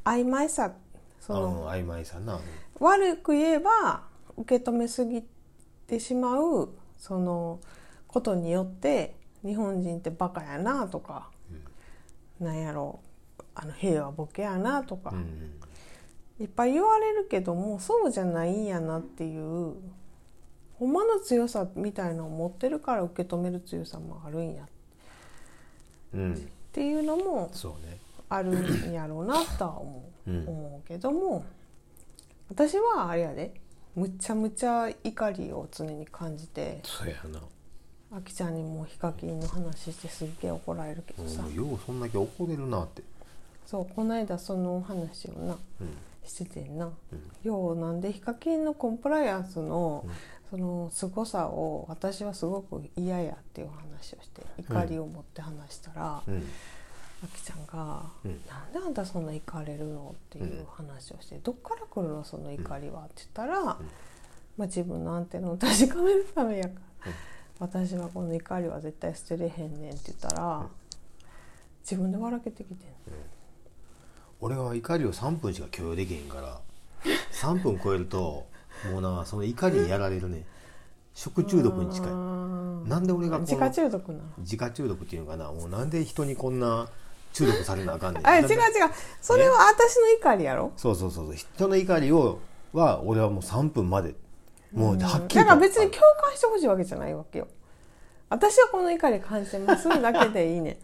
Speaker 2: 曖昧さそ
Speaker 1: あ
Speaker 2: の
Speaker 1: の曖昧さなうん
Speaker 2: 悪く言えば受け止めすぎてしまうそのことによって日本人ってバカやなとか、なんやろあの平和ボケやなとか、
Speaker 1: うん
Speaker 2: いっぱい言われるけどもそうじゃないんやなっていうほんまの強さみたいのを持ってるから受け止める強さもあるんやっ
Speaker 1: うん
Speaker 2: ていうのも
Speaker 1: そうね
Speaker 2: あるんやろうなとは思う,、
Speaker 1: うん
Speaker 2: 思うけども私はあれやでむちゃむちゃ怒りを常に感じて
Speaker 1: そうやな
Speaker 2: あきちゃんにもうヒカキンの話してすっげえ怒られるけどさ
Speaker 1: もうようそんだけ怒れるなって
Speaker 2: そうこないだそのお話をな
Speaker 1: うん
Speaker 2: しててんな、ようなんでヒカキンのコンプライアンスの、その凄さを私はすごく嫌やっていう話をして怒りを持って話したら。
Speaker 1: うん
Speaker 2: あきちゃんが「
Speaker 1: うん
Speaker 2: なんであんたそんな怒れるの?」っていう話をして「どっから来るのその怒りは」って言ったら、まあ、自分のアンテナを確かめるためやから、私はこの怒りは絶対捨てれへんねん」って言ったら、自分で笑けてきてん
Speaker 1: 俺は怒りを3分しか許容できへん から3分超えるともうなその怒りにやられるね食中毒に近い
Speaker 2: あ
Speaker 1: なんで俺
Speaker 2: ー
Speaker 1: がこ
Speaker 2: 自
Speaker 1: の
Speaker 2: 家中毒なの
Speaker 1: 自家中毒っていうのかなもうなんで人にこんな中毒されなあかんねん
Speaker 2: あ違う
Speaker 1: なん
Speaker 2: 違
Speaker 1: で
Speaker 2: うそれは私の怒りやろ
Speaker 1: そうそうそうそう人の怒りをは俺はもう3分までもうはっきりと
Speaker 2: だから別に共感してほしいわけじゃないわけよ私はこの怒り感じてますだけでいいねん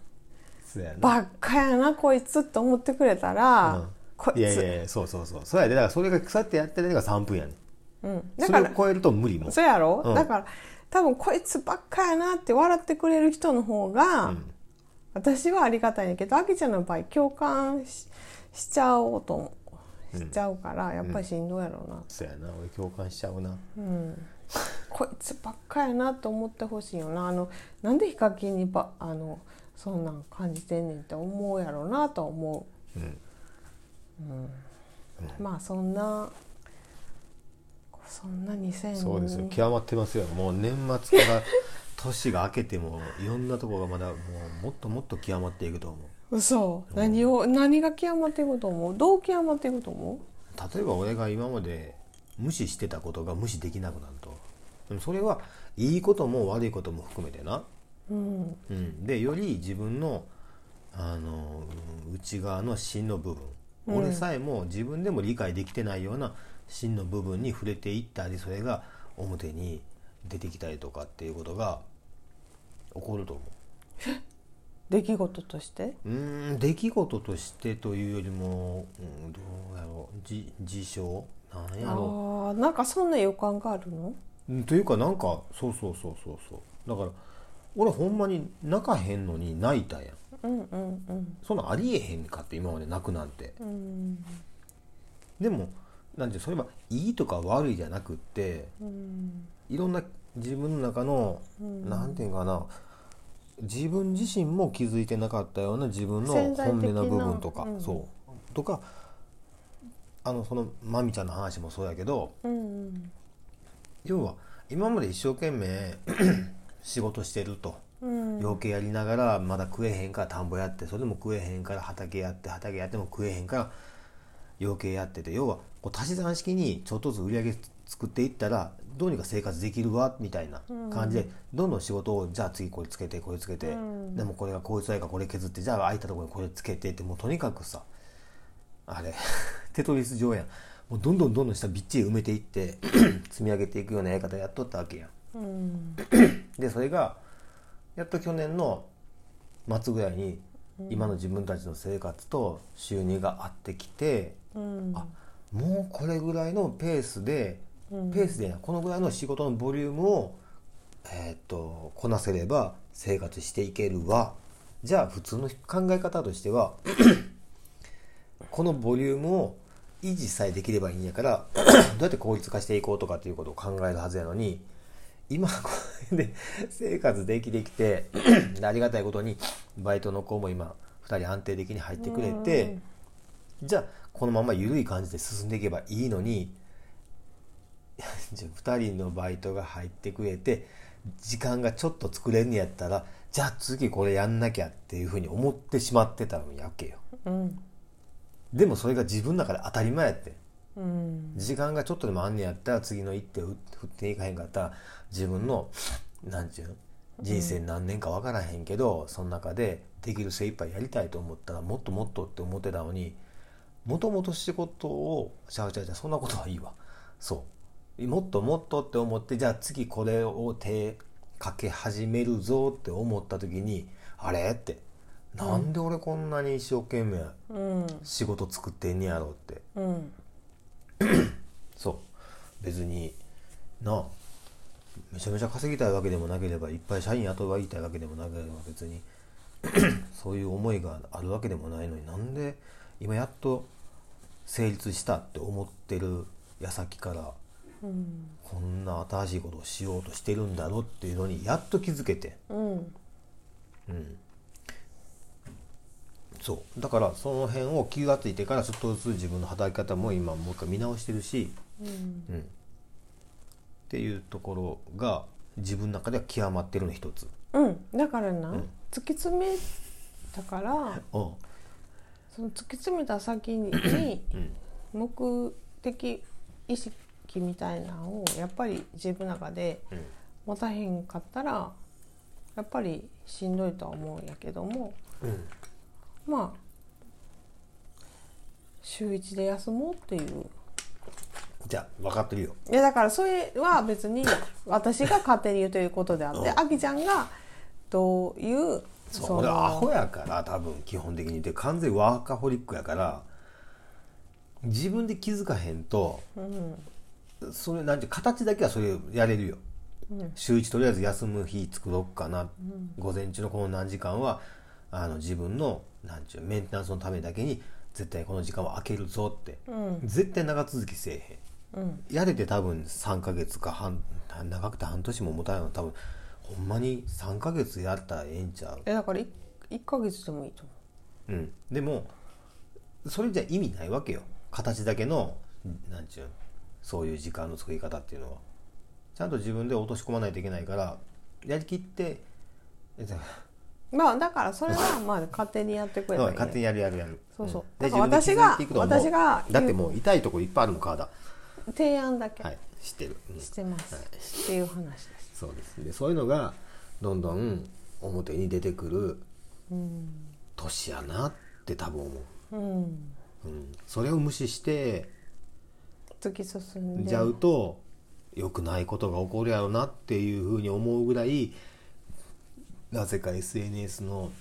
Speaker 1: そうやな
Speaker 2: ばっかやなこいつって思ってくれたら、
Speaker 1: うん
Speaker 2: こいつ
Speaker 1: いやいやいやそうそうそうそうやでだからそれが腐ってやってるのが3分やねん
Speaker 2: うん、だ
Speaker 1: そ
Speaker 2: か
Speaker 1: れを
Speaker 2: ら
Speaker 1: 超えると無理もう
Speaker 2: そうやろ、
Speaker 1: うん
Speaker 2: だから多分こいつばっかやなって笑ってくれる人の方が、
Speaker 1: うん
Speaker 2: 私はありがたいんやけどあきちゃんの場合共感ししちゃおうと思うしちゃうから、やっぱりしんどいやろうな、
Speaker 1: そうやな俺共感しちゃうな
Speaker 2: こいつばっかやなと思ってほしいよなあのなんでヒカキンにばあのそんなん感じてんねんって思うやろうなとは思う、
Speaker 1: うん
Speaker 2: うんまあそんなそんな2000年
Speaker 1: そうですよ極まってますよもう年末から年が明けてもいろんなところがまだもうもっともっと極まっていくと思う
Speaker 2: 嘘何を何が極まっていくと思うどう極まっていくと思
Speaker 1: 例えば俺が今まで無視してたことが無視できなくなるとでもそれはいいことも悪いことも含めてな、
Speaker 2: ううん
Speaker 1: うん、でより自分のあのうん内側の芯の部分俺さえも自分でも理解できてないような芯の部分に触れていったりそれが表に出てきたりとかっていうことが起こると思う。
Speaker 2: 出来事として
Speaker 1: うーん出来事としてというよりも、うん、どうやろうじ事象なんや
Speaker 2: あ
Speaker 1: ろ
Speaker 2: ーなんかそんな予感があるの
Speaker 1: ううんというかなんかそうそうそうそうそうだから俺ほんまに泣かへんのに泣いたやん
Speaker 2: うんうん
Speaker 1: そんなんありえへんかって今まで泣くなんて
Speaker 2: うんうん
Speaker 1: でもなんていうそれはいいとか悪いじゃなくって
Speaker 2: うん
Speaker 1: いろんな自分の中の、なんていうかな自分自身も気づいてなかったような自分の
Speaker 2: 潜在
Speaker 1: 本
Speaker 2: 的な
Speaker 1: 音の部分とか、
Speaker 2: うん
Speaker 1: そうとかあのそのまみちゃんの話もそうやけど
Speaker 2: うん
Speaker 1: 要は今まで一生懸命 仕事してると
Speaker 2: うん
Speaker 1: 養鶏やりながらまだ食えへんから田んぼやってそれでも食えへんから畑やって畑やっても食えへんから養鶏やってて要はこう足し算式にちょっとずつ売り上げ作っていったらどうにか生活できるわみたいな感じでどんどん仕事をじゃあ次これつけてこれつけて
Speaker 2: うん
Speaker 1: でもこれがこういうつらいからこれ削ってじゃあ空いたところにこれつけてってもうとにかくさあれ テトリス上やんもうどんどんどんどん下びっちり埋めていって 積み上げていくようなやり方やっとったわけやん。
Speaker 2: うん
Speaker 1: でそれがやっと去年の末ぐらいに今の自分たちの生活と収入が合ってきて、
Speaker 2: うん
Speaker 1: あもうこれぐらいのペースで、
Speaker 2: うん
Speaker 1: ペースでなこのぐらいの仕事のボリュームを、えーっとこなせれば生活していけるわじゃあ普通の考え方としては このボリュームを維持さえできればいいんやから どうやって効率化していこうとかっていうことを考えるはずやのに今これで生活できてきて でありがたいことにバイトの子も今2人安定的に入ってくれて。じゃあこのまま緩い感じで進んでいけばいいのに じゃあ2人のバイトが入ってくれて時間がちょっと作れんのやったらじゃあ次これやんなきゃっていうふうに思ってしまってたんやっけよ
Speaker 2: うん
Speaker 1: でもそれが自分の中で当たり前やって
Speaker 2: うん
Speaker 1: 時間がちょっとでもあんねやったら次の一手を打って振っていかへんかったら自分のなんちゅうの人生何年か分からへんけど、その中でできる精一杯やりたいと思ったらもっともっとって思ってたのにもともと仕事をちゃうちゃうちゃうそんなことはいいわそうもっともっとって思ってじゃあ次これを手かけ始めるぞって思った時にあれってなんで俺こんなに一生懸命
Speaker 2: うん
Speaker 1: 仕事作ってんねやろうって
Speaker 2: うん
Speaker 1: そう別になあめちゃめちゃ稼ぎたいわけでもなければいっぱい社員雇いたいわけでもなければ別に そういう思いがあるわけでもないのになんで今やっと成立したって思ってる矢先から
Speaker 2: うん
Speaker 1: こんな新しいことをしようとしてるんだろうっていうのにやっと気づけて
Speaker 2: うん
Speaker 1: そうだからその辺を気が付いてからちょっとずつ自分の働き方も今もう一回見直してるし。
Speaker 2: うん
Speaker 1: うん、っていうところが自分の中では極まってるの一つ、
Speaker 2: うんだからな、
Speaker 1: ん
Speaker 2: 突き詰めたから
Speaker 1: うん
Speaker 2: その突き詰めた先に
Speaker 1: うん
Speaker 2: 目的意識みたいなのをやっぱり自分の中で
Speaker 1: うん
Speaker 2: 持たへんかったらやっぱりしんどいとは思うんやけども
Speaker 1: うん、
Speaker 2: まあ週一で休もうっていう
Speaker 1: じゃあ分かってるよ
Speaker 2: いやだからそれは別に私が勝手に言うということであって、あきちゃんがどういう
Speaker 1: そう
Speaker 2: そ
Speaker 1: 俺
Speaker 2: の
Speaker 1: アホやから多分基本的にで完全にワーカホリックやから自分で気づかへんと
Speaker 2: うん
Speaker 1: それなんて形だけはそれやれるよ
Speaker 2: うん
Speaker 1: 週一とりあえず休む日作ろうかな、
Speaker 2: ん
Speaker 1: 午前中のこの何時間はあの自分のなんちゅうメンテナンスのためだけに絶対この時間は空けるぞって、
Speaker 2: うん
Speaker 1: 絶対長続きせえへん
Speaker 2: うん
Speaker 1: やれて多分3ヶ月か半な長くて半年も持たないの多分ほんまに3ヶ月やったらええんちゃう
Speaker 2: えだからい一ヶ月でもいいと思
Speaker 1: うんでもそれじゃ意味ないわけよ形だけのなんちゅうそういう時間の作り方っていうのはちゃんと自分で落とし込まないといけないからやりき ってえだか
Speaker 2: うまあだからそれはまあ勝手にやってくれ
Speaker 1: ら
Speaker 2: ばいい、ね、
Speaker 1: 勝手にやるやるやる
Speaker 2: そうそうん
Speaker 1: で
Speaker 2: だから
Speaker 1: 自分で気づいていくと思う
Speaker 2: 私が私が
Speaker 1: だってもう痛いとこいっぱいあるもん体
Speaker 2: 提案だけ
Speaker 1: はい知ってる、うん
Speaker 2: してます、
Speaker 1: はい
Speaker 2: っていう話です
Speaker 1: そうですでそういうのがどんどん表に出てくる
Speaker 2: うん
Speaker 1: 年やなって多分思
Speaker 2: うん
Speaker 1: う、うん、それを無視して
Speaker 2: 突き進んで
Speaker 1: じゃうと良くないことが起こるやろなっていうふうに思うぐらいなぜか SNS の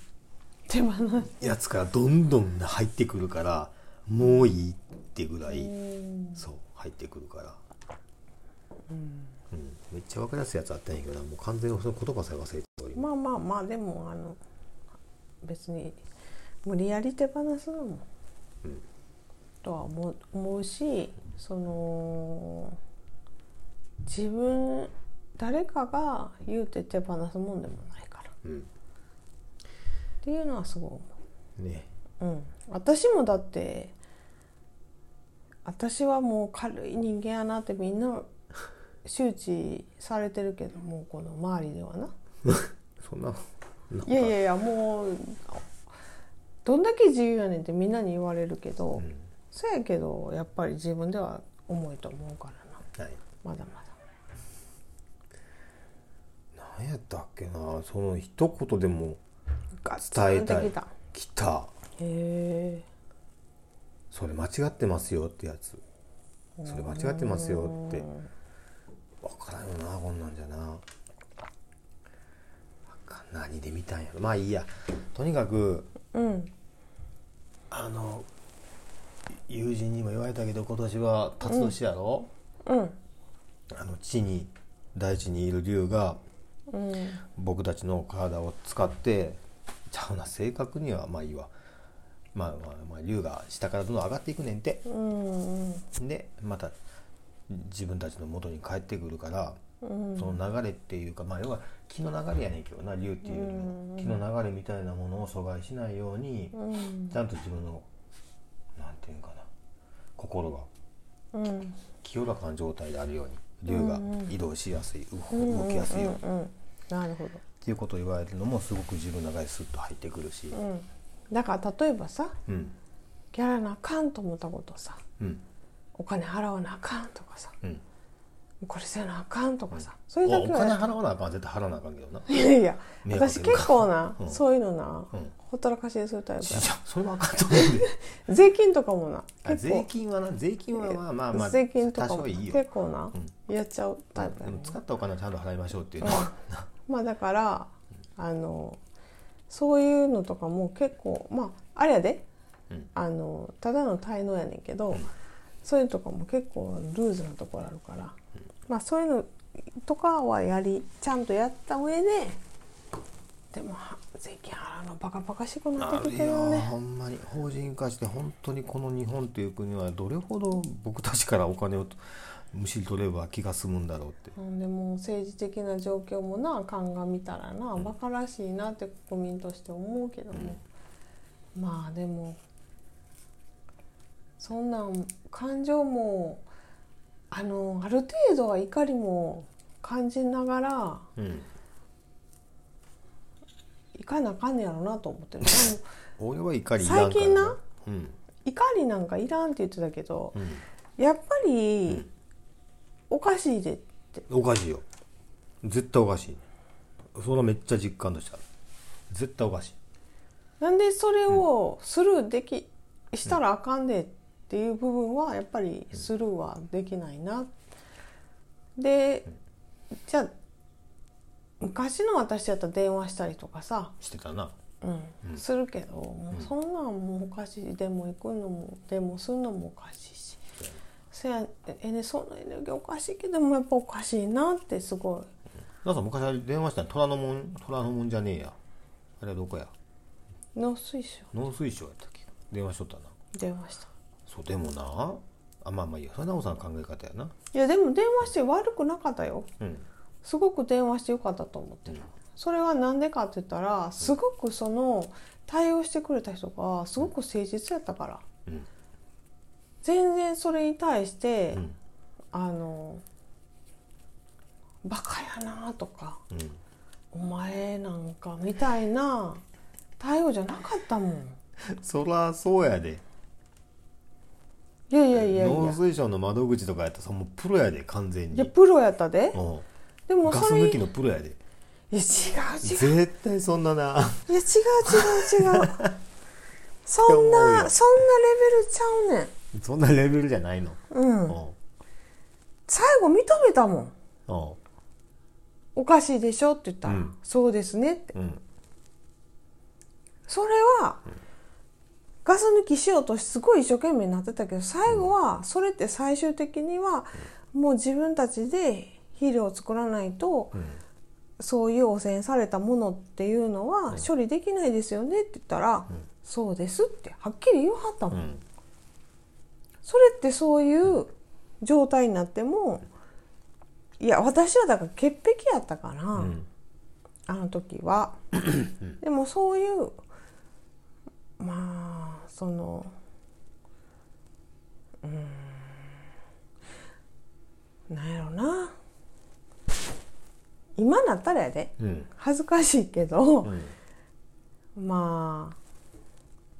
Speaker 2: 手放す
Speaker 1: やつからどんどん入ってくるからもういいってぐらいそう入ってくるから、うんめっちゃ分かりやすいやつあったんやけどなもう完全にその言葉さえ忘れております
Speaker 2: まあまあまあでもあの別に無理やり手放すのも、とは思う思うしその自分誰かが言うて手放すもんでもないからっ
Speaker 1: うん
Speaker 2: ていうのはすごい思
Speaker 1: ね
Speaker 2: う、うん、私もだって私はもう軽い人間やなってみんな周知されてるけどもうこの周りではな。
Speaker 1: そんななんか
Speaker 2: いやいやいやもうどんだけ自由やねんってみんなに言われるけど、
Speaker 1: ん
Speaker 2: そやけどやっぱり自分では重いと思うからな
Speaker 1: はい
Speaker 2: まだまだ
Speaker 1: 何やったっけなその一言でも
Speaker 2: ガッ
Speaker 1: 伝えた
Speaker 2: て
Speaker 1: い
Speaker 2: きたへ
Speaker 1: 来た
Speaker 2: え
Speaker 1: それ間違ってますよってやつそれ間違ってますよって分からんよなこんなんじゃなあかん何で見たんやろまあいいやとにかく
Speaker 2: うん
Speaker 1: あの友人にも言われたけど今年は辰年やろ、
Speaker 2: うん
Speaker 1: あの地に大地にいる竜が
Speaker 2: うん
Speaker 1: 僕たちの体を使ってちゃうな正確にはまあいいわまあまあ、まあ、竜が下からどんどん上がっていくねんて
Speaker 2: うんうん
Speaker 1: でまた自分たちの元に帰ってくるから、その流れっていうかまあ要は気の流れやねんけどな竜っていうよりも気の流れみたいなものを阻害しないように、
Speaker 2: うん
Speaker 1: ちゃんと自分のなんていうんかな心が
Speaker 2: うん
Speaker 1: 清らかな状態であるように竜が移動しやすい、動動きやすいように、っ
Speaker 2: うんなるほど
Speaker 1: ていうことを言われるのもすごく自分の中にスッと入ってくるし、
Speaker 2: うんだから例えばさ
Speaker 1: うん
Speaker 2: やらなあかんと思ったことさ
Speaker 1: うん
Speaker 2: お金払わなあかんとかさ
Speaker 1: うん
Speaker 2: これせなあかんとかさ、それだ
Speaker 1: お
Speaker 2: け
Speaker 1: お金
Speaker 2: は
Speaker 1: 払わなあかん絶対払わなあかんけどな
Speaker 2: いやいや
Speaker 1: 迷惑
Speaker 2: 私
Speaker 1: かける
Speaker 2: 結構な、
Speaker 1: うん
Speaker 2: そういうのな、
Speaker 1: うん
Speaker 2: ほったらかしにするタイプ
Speaker 1: いや それはあかんと思うんで
Speaker 2: 税金とかもな
Speaker 1: あ
Speaker 2: 結
Speaker 1: 税
Speaker 2: 構
Speaker 1: 金はな税金はまあまあまあ
Speaker 2: 税金とか
Speaker 1: 多
Speaker 2: も
Speaker 1: 少いいよ
Speaker 2: 結構な、
Speaker 1: う
Speaker 2: やっちゃうタイプや
Speaker 1: で
Speaker 2: ね
Speaker 1: も使ったお金はちゃんと払いましょうっていうのは、
Speaker 2: まあだからあのそういうのとかも結構まああれやで、
Speaker 1: うん
Speaker 2: あのただの滞納やねんけど、そういうのとかも結構ルーズなところあるから、まあそういうのとかはやりちゃんとやった上ででもは税金払うのバカバカしくな
Speaker 1: あ
Speaker 2: って
Speaker 1: る
Speaker 2: きてる
Speaker 1: よ
Speaker 2: よね。
Speaker 1: ほんまに法人化して本当にこの日本という国はどれほど僕たちからお金をむしり取れば気が済むんだろうって
Speaker 2: うんでも政治的な状況もな鑑みたらなバカらしいなって国民として思うけども、まあでもそんなん感情もあのある程度は怒りも感じながら
Speaker 1: うん
Speaker 2: いかなあかんねやろなと思 ってるでも
Speaker 1: 俺は怒りいらんから
Speaker 2: 最近な
Speaker 1: うん
Speaker 2: 怒りなんかいらんって言ってたけど
Speaker 1: うん
Speaker 2: やっぱりおかしいでって
Speaker 1: おかしいよ絶対おかしいそれはめっちゃ実感としてある絶対おかしい
Speaker 2: なんでそれをスルーできしたらあかんでっていう部分はやっぱりスルーはできないな。でじゃあ昔の私やったら電話したりとかさ、
Speaker 1: してたな
Speaker 2: うんするけどもうそんなんもうおかしいでも行くのもでもするのもおかしいしそやえねそのエネルギーおかしいけどもやっぱおかしいなってすごい
Speaker 1: なんか昔あれ電話したの虎ノ門虎ノ門じゃねえやあれはどこや
Speaker 2: 農水省
Speaker 1: 農水省やったっけ電話しとったな
Speaker 2: 電話した
Speaker 1: そうでもなあまあまあいいやそれはなおさんの考え方やない
Speaker 2: やでも電話して悪くなかったよ
Speaker 1: うん
Speaker 2: すごく電話してよかったと思ってる、それはなんでかって言ったらすごくその対応してくれた人がすごく誠実やったから、
Speaker 1: うん
Speaker 2: 全然それに対して、
Speaker 1: うん
Speaker 2: あのバカやなとか
Speaker 1: うん
Speaker 2: お前なんかみたいな対応じゃなかったもん
Speaker 1: そらそうやで
Speaker 2: いやいやいやい
Speaker 1: 農
Speaker 2: や
Speaker 1: 水省の窓口とかやったらさもうプロやで完全
Speaker 2: い
Speaker 1: に
Speaker 2: やプロやったで
Speaker 1: うん
Speaker 2: でも
Speaker 1: ガス
Speaker 2: それいや
Speaker 1: 抜
Speaker 2: 違
Speaker 1: きのプロやで
Speaker 2: う違う
Speaker 1: 絶対そんなない
Speaker 2: や違う違う違うそん
Speaker 1: いや思う
Speaker 2: な
Speaker 1: よ
Speaker 2: そんなレベルちゃうねん
Speaker 1: そんなレベルじゃないの
Speaker 2: う
Speaker 1: うん
Speaker 2: ん、
Speaker 1: うん
Speaker 2: 最後認めたもんおかしいでしょって言ったら、
Speaker 1: うん
Speaker 2: そうですねって
Speaker 1: うん
Speaker 2: それは、ガス抜きしようとすごい一生懸命になってたけど最後はそれって最終的にはもう自分たちで肥料を作らないと、そういう汚染されたものっていうのは処理できないですよねって言ったら、そうですってはっきり言わはったもん
Speaker 1: う、ん
Speaker 2: それってそういう状態になってもいや私はだから潔癖やったから、
Speaker 1: うん
Speaker 2: あの時 はでもそういうまあそのうーんなんやろな今なったらやで
Speaker 1: うん
Speaker 2: 恥ずかしいけど、
Speaker 1: うん
Speaker 2: まあ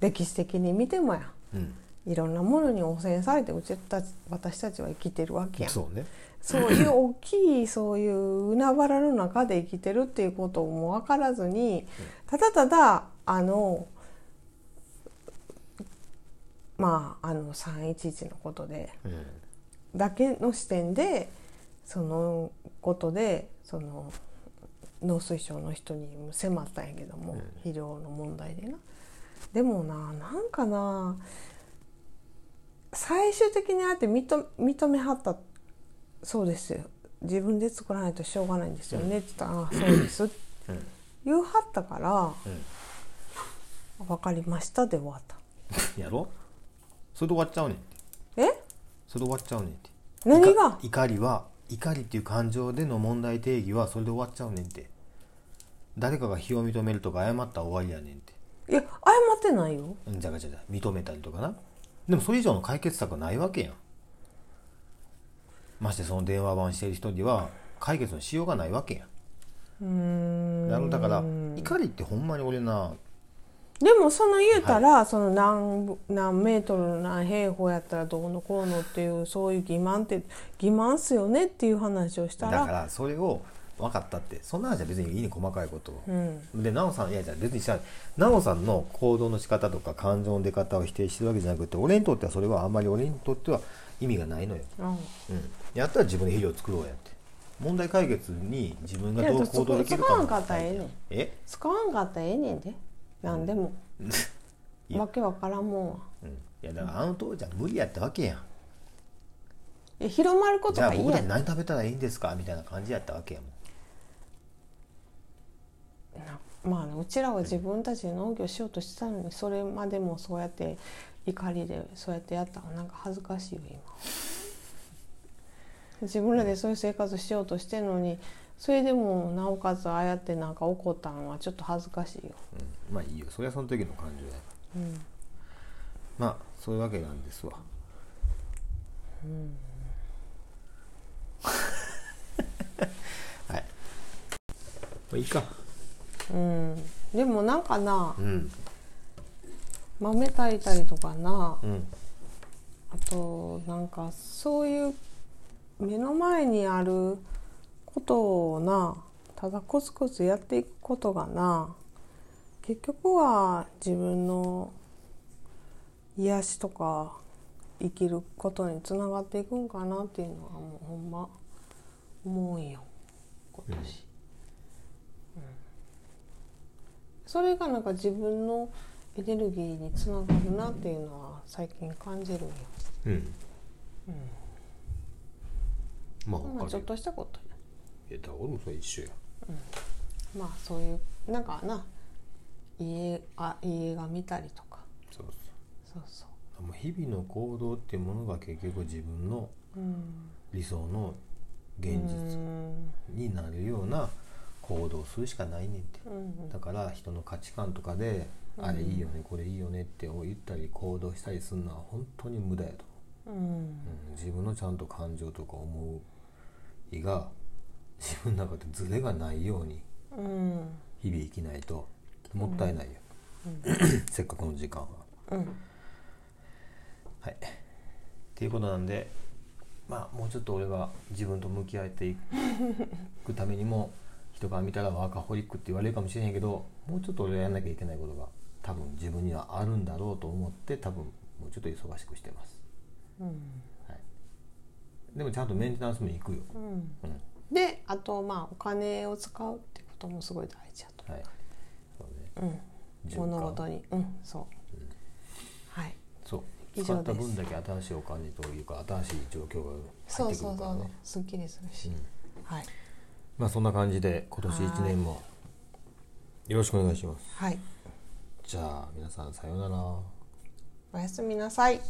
Speaker 2: 歴史的に見てもや
Speaker 1: うん
Speaker 2: いろんなものに汚染されてうちたち私たちは生きてるわけやん
Speaker 1: そうね
Speaker 2: そういう大きいそういう海原の中で生きてるっていうことも分からずにただただあのまああの311のことで
Speaker 1: うん
Speaker 2: だけの視点でそのことでその農水省の人に迫ったんやけども、肥料の問題でな。でもななんかな最終的にああやって認認めはったそうですよ自分で作らないとしょうがないんですよねって言ったら「ああそうです」
Speaker 1: うん
Speaker 2: 言うはったから
Speaker 1: うん
Speaker 2: 「分かりました」で終わった。
Speaker 1: やろそれで終わっちゃうねんって
Speaker 2: え
Speaker 1: それで終わっちゃうねんって
Speaker 2: 何
Speaker 1: い
Speaker 2: が
Speaker 1: か怒りは怒りっていう感情での問題定義はそれで終わっちゃうねんって誰かが非を認めるとか謝ったら終わりやねんって
Speaker 2: いや謝ってないよ。
Speaker 1: うんじゃがじゃが認めたりとかなでもそれ以上の解決策はないわけやんましてその電話番してる人には解決のしようがないわけや
Speaker 2: うーん
Speaker 1: んだだから怒りってほんまに俺な
Speaker 2: でもその言うたら、その何何メートル何平方やったらどうのこうのっていうそういう欺瞞って欺瞞っすよねっていう話をした
Speaker 1: だ
Speaker 2: ら
Speaker 1: からそれを分かったってそんな話は別にいいね細かいことを
Speaker 2: うん
Speaker 1: で奈緒さんいやじゃあ別にしゃ奈緒さんの行動の仕方とか感情の出方を否定してるわけじゃなくて俺にとってはそれはあんまり俺にとっては意味がないのよ、
Speaker 2: うん
Speaker 1: うん、やったら自分で肥料を作ろうやって問題解決に自分が
Speaker 2: いや
Speaker 1: どう行動できるか
Speaker 2: そ
Speaker 1: も
Speaker 2: こそこは分かったらええねん
Speaker 1: え
Speaker 2: 使わんかったらええねんで何でも、
Speaker 1: いや
Speaker 2: わけわからんもんは
Speaker 1: うんいやだからあの当時は無理やったわけやん
Speaker 2: いや広まること
Speaker 1: じゃあ
Speaker 2: が
Speaker 1: 僕
Speaker 2: 嫌
Speaker 1: た
Speaker 2: や
Speaker 1: ち
Speaker 2: な
Speaker 1: 何食べたらいいんですかみたいな感じやったわけやもん
Speaker 2: まあねうちらは自分たちで農業しようとしてたのにそれまでもそうやって怒りでそうやってやったのなんか恥ずかしいよ今自分らでそういう生活しようとしてるのにそれでもなおかつああやってなんか怒ったのはちょっと恥ずかしいよ
Speaker 1: うんまあいいよそれはその時の感情やからまあそういうわけなんですわうん はいまあいいか
Speaker 2: うんでもなんかな
Speaker 1: うん
Speaker 2: 豆炊いたりとかな
Speaker 1: うん
Speaker 2: あとなんかそういう目の前にあることをなただコツコツやっていくことがな結局は自分の癒しとか生きることにつながっていくんかなっていうのはもうほんま思うんよ今年、うんそれがなんか自分のエネルギーにつながるなっていうのは最近感じるんよ
Speaker 1: うんまあ
Speaker 2: まあ
Speaker 1: わ
Speaker 2: ち
Speaker 1: かるよ
Speaker 2: ょっとしたことや
Speaker 1: えだから俺もそれ一緒や
Speaker 2: まあそういうなんかな家あ映画見たりとか
Speaker 1: そう
Speaker 2: そうそ
Speaker 1: そうもう日々の行動ってものが結局自分の
Speaker 2: ううん
Speaker 1: 理想の現
Speaker 2: う
Speaker 1: 実
Speaker 2: ん
Speaker 1: になるような行動をするしかないねんって
Speaker 2: うん
Speaker 1: だから人の価値観とかで、あれいいよねこれいいよねって言ったり行動したりするのは本当に無駄やと、
Speaker 2: うん
Speaker 1: うん、自分のちゃんと感情とか思う意が自分の中でズレがないように
Speaker 2: うん
Speaker 1: 日々生きないともったいないよ、せっかくの時間は。
Speaker 2: うん
Speaker 1: はい、っていうことなんでまあもうちょっと俺が自分と向き合っていくためにも人から見たらワーカホリックって言われるかもしれへんけどもうちょっと俺がやんなきゃいけないことが多分自分にはあるんだろうと思って多分もうちょっと忙しくしてます、
Speaker 2: うん
Speaker 1: はい、でもちゃんとメンテナンスも行くよ、
Speaker 2: うん
Speaker 1: うん
Speaker 2: であとまあお金を使うってこともすごい大事だと
Speaker 1: はいそうね
Speaker 2: うん
Speaker 1: 循環
Speaker 2: 物事にうんそう、はい
Speaker 1: そう
Speaker 2: 以
Speaker 1: 使
Speaker 2: 上
Speaker 1: った
Speaker 2: です
Speaker 1: 分だけ新しいお金というか新しい状況が
Speaker 2: そ
Speaker 1: 入っ
Speaker 2: う
Speaker 1: てく
Speaker 2: そう
Speaker 1: るか
Speaker 2: そ
Speaker 1: ら
Speaker 2: う
Speaker 1: ね
Speaker 2: すっきりするし、はい
Speaker 1: まあそんな感じで今年1年もよろしくお願いします
Speaker 2: はい
Speaker 1: じゃあ皆さんさようなら。
Speaker 2: おやすみなさい